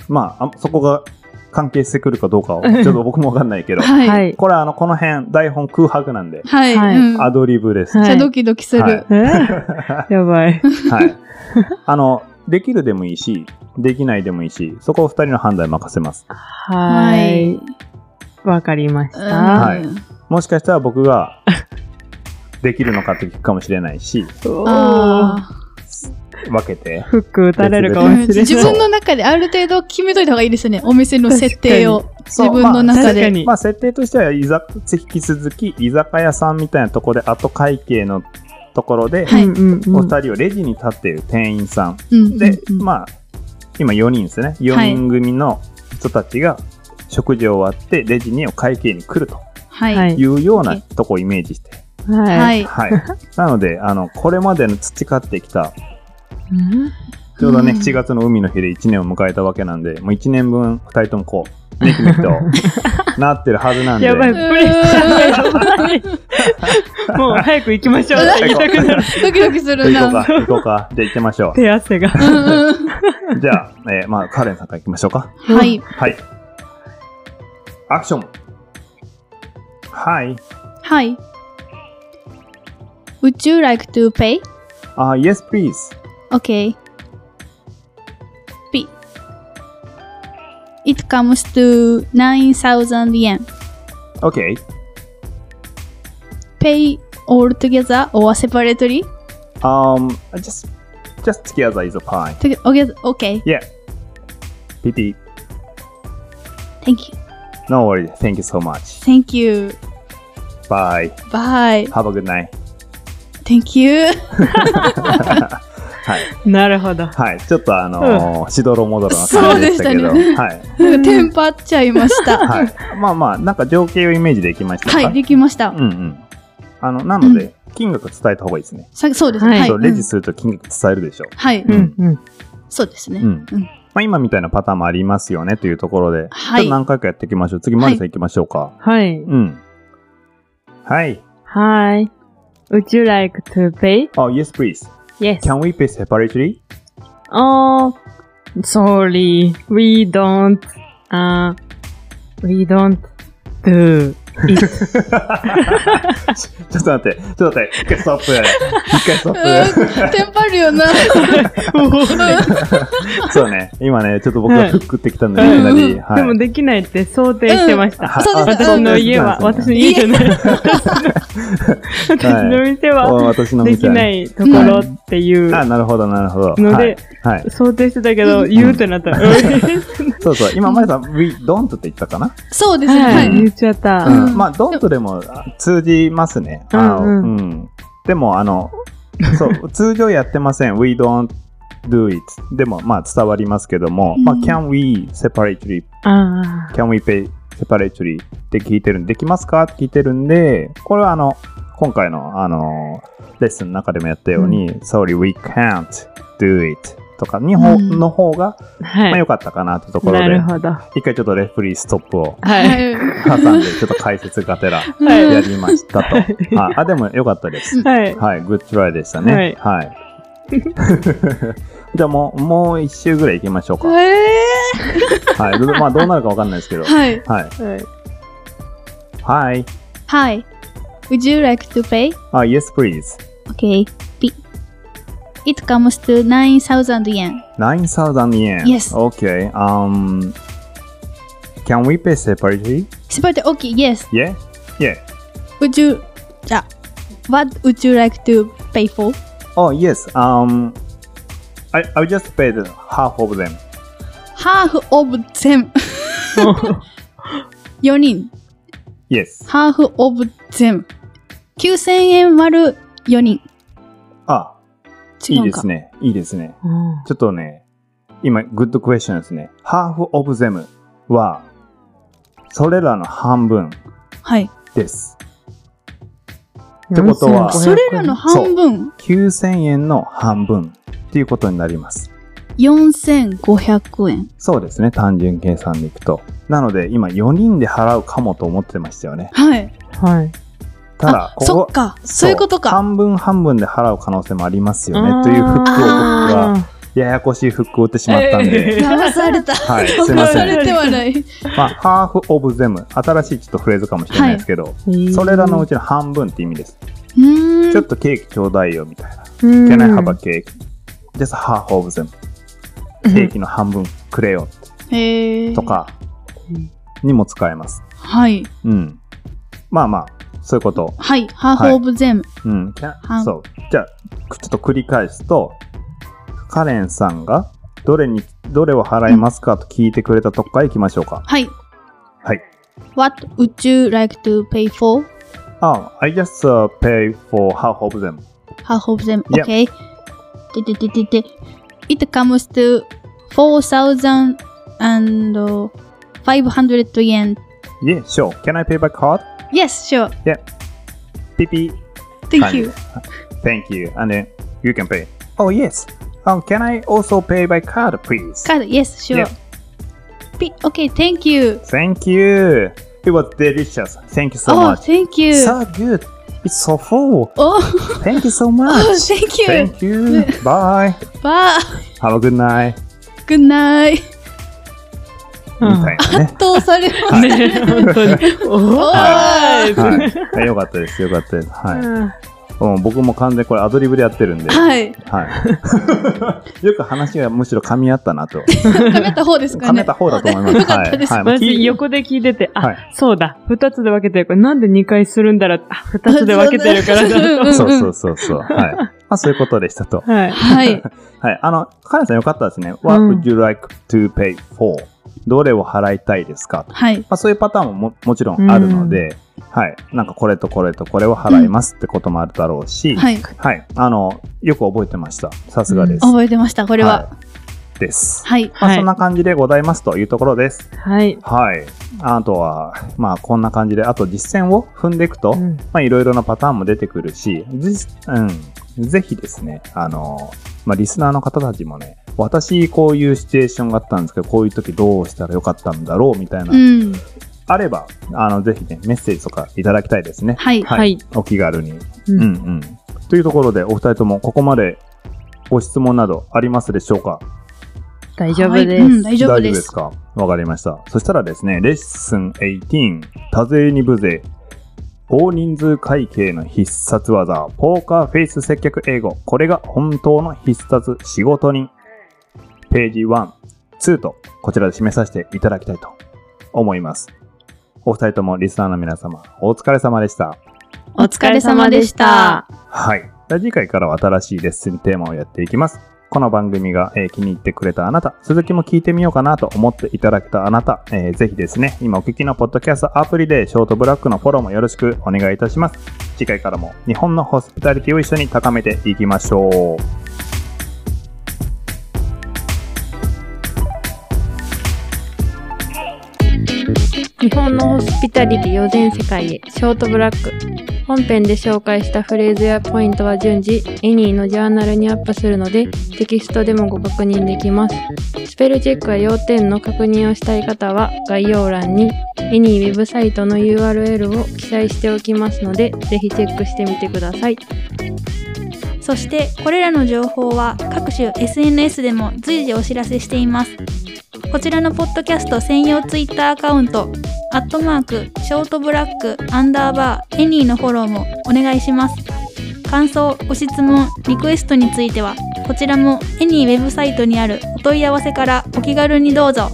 Speaker 3: まあ、あそこが関係してくるかどうかを、ちょっと僕もわかんな いけど、
Speaker 2: は。
Speaker 4: はいい。
Speaker 3: これあの、この辺、台本空白なんで、
Speaker 2: はい。
Speaker 4: はい
Speaker 2: うん
Speaker 3: アドリブです。
Speaker 4: は
Speaker 2: じゃあ
Speaker 4: い
Speaker 2: ドキドキす
Speaker 3: は
Speaker 2: る
Speaker 3: い。
Speaker 4: えーやばい。
Speaker 3: はい。あの、できるでもいいし、できないでもいいし、そこを2人の判断に任せます。
Speaker 4: はーい。わかりまし
Speaker 2: うん
Speaker 4: た。
Speaker 3: はいもしかしたら僕が、できるのかって聞くかもしれないし、
Speaker 4: おー
Speaker 2: あ
Speaker 3: 分けて。
Speaker 4: フック打たれるか
Speaker 2: あ、
Speaker 3: う
Speaker 4: も
Speaker 3: ん
Speaker 4: しれない。
Speaker 2: 自分の中である程度決めといた方がいいですよね。お店の設定を。
Speaker 3: そう
Speaker 2: 自分の中
Speaker 4: 確か
Speaker 2: で。
Speaker 4: に。
Speaker 3: まあ設定としては居酒引き続き居酒屋さんみたいなところで後会計のところで、
Speaker 2: はい
Speaker 4: うんうんうん
Speaker 3: お二人をレジに立っている店員さん
Speaker 2: うん
Speaker 3: で、
Speaker 2: うんうん
Speaker 3: まあ今4人ですね4人組の人たちが食事を終わってレジにお会計に来ると
Speaker 2: はい。
Speaker 4: はい
Speaker 3: いうようなとこをイメージして、
Speaker 4: は。
Speaker 2: はいい。
Speaker 3: はい、なのであのこれまでの培ってきた
Speaker 4: うん
Speaker 3: ちょうどね、
Speaker 2: うん
Speaker 3: 7月の海の日で1年を迎えたわけなんで、もう1年分2人ともこう、メキ メキとなってるはずなんで、
Speaker 4: やばい、プ
Speaker 2: ん
Speaker 4: レッシャーがやばい。もう早く行きましょう。
Speaker 2: うん
Speaker 4: 行きたくなる。
Speaker 2: ドキドキする
Speaker 3: 行こう
Speaker 2: な。
Speaker 3: か、行こうか。じゃあ行きましょ
Speaker 4: 手汗が。
Speaker 2: うんうん
Speaker 3: う。じゃあ、えーまあ、カレンさんから行きましょうか。
Speaker 2: はい。
Speaker 3: はい。アクション。Hi.
Speaker 2: はい。Would you like to pay?
Speaker 3: Uh, yes, please.
Speaker 2: Okay. B. It comes to 9,000 yen.
Speaker 3: Okay.
Speaker 2: Pay all together or separately?
Speaker 3: Um, I just, just together is fine.
Speaker 2: To- okay- okay.
Speaker 3: Yeah. Pity.
Speaker 2: Thank you.
Speaker 3: No worries. Thank you so much.
Speaker 2: Thank you.
Speaker 3: Bye.
Speaker 2: Bye.
Speaker 3: Have a good night.
Speaker 2: Thank you.
Speaker 3: はい。
Speaker 4: なるほど。
Speaker 3: はい。ちょっとあのーしどろもどろな感じでしたけど。
Speaker 2: そうでし
Speaker 3: はい。
Speaker 2: テンパっちゃいました。
Speaker 3: はい。まあまあ、なんか情景をイメージできましたか
Speaker 2: はい、できました
Speaker 3: うん。うん。あの、なので、金額伝えた方がいいですね。
Speaker 2: さそうですね。
Speaker 4: はい
Speaker 2: はい。
Speaker 3: そう、レジ
Speaker 2: うん
Speaker 3: すると金額伝えるでしょ。
Speaker 2: はい。
Speaker 3: う
Speaker 4: うんんうん。
Speaker 2: そうです
Speaker 3: う
Speaker 2: ね。
Speaker 3: ん。まあ今みたいなパターンもありますよねというところで、
Speaker 2: はい
Speaker 3: ちょっと何回かやっていきましょう。次、マリさん行きましょうか。
Speaker 4: はい。
Speaker 3: うん。はい。
Speaker 4: はい。Would you like to pay?
Speaker 3: Oh, yes, please.
Speaker 4: Yes.
Speaker 3: Can we pay separately?
Speaker 4: Oh, sorry. We don't. Uh, we don't do.
Speaker 3: ちょっと待って、ちょっと待って、一回ストップ。一回スト
Speaker 2: うん
Speaker 3: ッ
Speaker 2: テンパるよな。
Speaker 3: プ。そうね。今ね、ちょっと僕
Speaker 4: は
Speaker 3: が
Speaker 4: い
Speaker 3: フックってきたんで、いきなり。はい。
Speaker 4: でもできないって想定してました。
Speaker 3: はい
Speaker 2: そうです
Speaker 4: 私の家は、
Speaker 3: そうです
Speaker 4: 私の
Speaker 3: ね
Speaker 4: 家じゃない。私の店は
Speaker 3: お私の
Speaker 4: で
Speaker 3: 店
Speaker 4: き
Speaker 3: は
Speaker 4: な
Speaker 3: ね。
Speaker 4: いところっていう
Speaker 3: あ、なるほど、なるほど。
Speaker 4: の
Speaker 3: はい
Speaker 4: で、
Speaker 3: はい。
Speaker 4: 想定してたけど、言うってなったら、は、
Speaker 3: そうそう。今、マリさん、we don't って言ったかな
Speaker 2: そうですね。はいい。
Speaker 4: 言っちゃった。
Speaker 2: ん
Speaker 3: うんまあ、don't でもあ通じますね。あの
Speaker 4: うんう
Speaker 3: うんでも、あ の、そう、通常やってません。we don't do it. でも、まあ、伝わりますけども、まあ、
Speaker 2: うん
Speaker 3: can we separately,
Speaker 4: あ
Speaker 3: can we pay separately って聞いてるんで、できますかって聞いてるんで、これはあの、今回の、あの、レッスンの中でもやったように、sorry, we can't do it とか、日
Speaker 2: う
Speaker 3: 本
Speaker 2: ん
Speaker 3: の方が、
Speaker 4: あ、
Speaker 3: まあ、
Speaker 4: は
Speaker 3: 良
Speaker 4: い。
Speaker 3: かったかなってところ
Speaker 4: な
Speaker 3: で
Speaker 4: る、ほど。
Speaker 3: 一回ちょっとレフリーストップを
Speaker 4: はい。
Speaker 3: 挟んで、ちょっと解説がて ら。
Speaker 2: うん
Speaker 4: はい
Speaker 3: やりましたと。
Speaker 4: はい
Speaker 3: ああ、でもよかったです。
Speaker 4: はい。
Speaker 3: はい、グッドトライでしたね。はい。 じゃあもう、もう一周ぐらい行きましょうか。
Speaker 2: え
Speaker 3: はい。どまあどうなるかわかんないですけど。
Speaker 2: ーはい。
Speaker 3: はい。
Speaker 4: は
Speaker 3: は
Speaker 4: い。
Speaker 3: い。
Speaker 2: はい。Would you like to pay?
Speaker 3: あ、yes please.
Speaker 2: Okay. B. It comes to 9,000 yen.
Speaker 3: 9,000 yen.
Speaker 2: Yes.
Speaker 3: Okay. Um, can we pay separately?
Speaker 2: Separate. Okay. Yes.
Speaker 3: Yeah? Yeah.
Speaker 2: Would you? Ah. What would you like to pay for?
Speaker 3: Oh, yes. Um, I, I just paid half of them.
Speaker 2: Half of them. 4人。
Speaker 3: Yes.
Speaker 2: Half of them. 9000円割る4人。
Speaker 3: あ、い
Speaker 2: 違
Speaker 3: いうで
Speaker 2: か。
Speaker 3: すね。いいですね。ちょっとね、今、グッドクエスチョンですね。ハーフオブゼムは、それらの半分
Speaker 2: はい。
Speaker 3: です。ってことは
Speaker 4: 4500
Speaker 2: それらの半分、
Speaker 3: 9000円の半分っていうことになります。
Speaker 2: 4500円。
Speaker 3: そうですね、単純計算でいくと。なので、今、4人で払うかもと思ってましたよね。
Speaker 2: はい。
Speaker 4: はい。
Speaker 3: ただ、
Speaker 2: あ
Speaker 3: こ
Speaker 2: そ
Speaker 3: こ
Speaker 2: っ、か。そういうことか。
Speaker 3: 半分半分で払う可能性もありますよね。
Speaker 4: あー
Speaker 3: というフックを僕は、ややこしいフックを打ってしまったんで。
Speaker 4: えー
Speaker 2: 騙された。
Speaker 3: はい、 すい ま
Speaker 2: 騙
Speaker 3: せ
Speaker 2: さ
Speaker 3: ん。
Speaker 2: れてはない。
Speaker 3: まあ、ハーフオブゼム。新しいちょっとフレーズかもしれないですけど、それらのうちの半分って意味です。
Speaker 2: うーん
Speaker 3: ちょっとケーキちょうだいよみたいな。
Speaker 4: うん、
Speaker 3: Can I have a cake? Just half of them. 正規の半分くれよ
Speaker 2: へえ。
Speaker 3: と。か
Speaker 4: うん
Speaker 3: にも使えます。
Speaker 2: はい。
Speaker 3: うん。まあまあ、そういうこと。
Speaker 2: はい。ハーフオブゼム。
Speaker 3: うん。キャ
Speaker 2: はい
Speaker 3: そう。じゃあ、くちょっと繰り返すと、カレンさんが、どれに、どれを払いますかと聞いてくれたとこから行きましょうか。
Speaker 2: はい。
Speaker 3: はい。
Speaker 2: What would you like to pay for?
Speaker 3: あ、I just、uh, pay for half of them.
Speaker 2: half of them.
Speaker 3: Yeah.
Speaker 2: Okay. Di- di- di- di- di. It comes to 4,000 and uh, 500 yen.
Speaker 3: Yeah, sure. Can I pay by card?
Speaker 2: Yes, sure.
Speaker 3: Pee pee.
Speaker 2: Thank
Speaker 3: Fine.
Speaker 2: you.
Speaker 3: Thank you. And then you can pay. Oh, yes. Um, can I also pay by card, please?
Speaker 2: Card. Yes, sure.
Speaker 3: Yeah.
Speaker 2: P- okay, thank you.
Speaker 3: Thank you. It was delicious. Thank you so
Speaker 2: oh,
Speaker 3: much.
Speaker 2: thank you.
Speaker 3: So good. It's so full.
Speaker 2: oh,
Speaker 3: Thank you so much.
Speaker 2: oh, thank you.
Speaker 3: Thank you. Bye.
Speaker 2: Bye.
Speaker 3: Have a good night.
Speaker 2: Good night.
Speaker 3: みたいなね。
Speaker 2: どうされます
Speaker 4: ね、本当に。おーい
Speaker 3: はい。よかったです。よかったです。 はい。うん僕も完全にこれアドリブでやってるんで。
Speaker 2: はい。
Speaker 3: はい。 よく話がむしろ噛み合ったなと。
Speaker 2: 噛めた方ですか
Speaker 3: 噛
Speaker 2: ね。
Speaker 3: めた方だと思います。
Speaker 2: よかったです。
Speaker 3: はい。はい。もう聞
Speaker 4: 私、
Speaker 3: い
Speaker 4: 横で聞いてて、
Speaker 3: は
Speaker 4: あ、そうだ、二つで分けてる。これなんで二回するんだろう。あ、二つで分けてるからだ。
Speaker 2: うんうん
Speaker 3: そうそうそうそう。はい。まあそういうことでしたと。
Speaker 4: はい。
Speaker 2: はい。
Speaker 3: はい。あの、カレンさんよかったですね。What
Speaker 4: うん
Speaker 3: would you like to pay for? どれを払いたいですか
Speaker 2: はい。
Speaker 3: まあそういうパターンもももちろんあるので、はい。なんかこれとこれとこれを払いますってこともあるだろうし、
Speaker 2: はい。
Speaker 3: はい。あの、よく覚えてました。さすがです。
Speaker 2: 覚えてました、これは。
Speaker 3: はいです。
Speaker 2: はい。
Speaker 3: まあ、
Speaker 4: はい
Speaker 3: そんな感じでございますというところです。
Speaker 4: はい。
Speaker 3: はい。あとは、まあ、こんな感じで、あと実践を踏んでいくと、
Speaker 4: うん
Speaker 3: まあ、いろいろなパターンも出てくるし、ぜ,、うん、ぜひですね、あの、まあ、リスナーの方たちもね、私、こういうシチュエーションがあったんですけど、こういう時どうしたらよかったんだろうみたいな、
Speaker 2: うん。
Speaker 3: あれば、あの、ぜひね、メッセージとかいただきたいですね。
Speaker 2: はい。
Speaker 3: はい
Speaker 4: はい。
Speaker 3: お気軽に。
Speaker 4: うん
Speaker 3: うんうん。というところで、お二人ともここまでご質問などありますでしょうか
Speaker 4: 大丈夫で
Speaker 2: はい
Speaker 4: す。
Speaker 2: うん、大丈夫です。
Speaker 3: かわかりました。そしたらですね、レッスン18、多勢に無勢、大人数会計の必殺技、ポーカーフェイス接客英語、これが本当の必殺仕事人。ページ1、2と、こちらで締めさせていただきたいと思います。お二人ともリスナーの皆様、お疲れ様でした。
Speaker 2: お疲れ様でした。
Speaker 3: はい。じゃあ次回からは新しいレッスンテーマをやっていきます。この番組が、えー気に入ってくれたあなた、続きも聞いてみようかなと思っていただけたあなた、えーぜひですね、今お聞きのポッドキャストアプリでショートブラックのフォローもよろしくお願いいたします。次回からも日本のホスピタリティを一緒に高めていきましょう。
Speaker 1: 日本のホスピタリティを全世界へショートブラック本編で紹介したフレーズやポイントは順次エニーのジャーナルにアップするのでテキストでもご確認できますスペルチェックや要点の確認をしたい方は概要欄にエニーウェブサイトの URL を記載しておきますのでぜひチェックしてみてください
Speaker 5: そしてこれらの情報は各種 SNS でも随時お知らせしていますこちらのポッドキャスト専用ツイッターアカウントアットマークショートブラックアンダーバーエニーのフォローもお願いします感想ご質問リクエストについてはこちらもエニーウェブサイトにあるお問い合わせからお気軽にどうぞ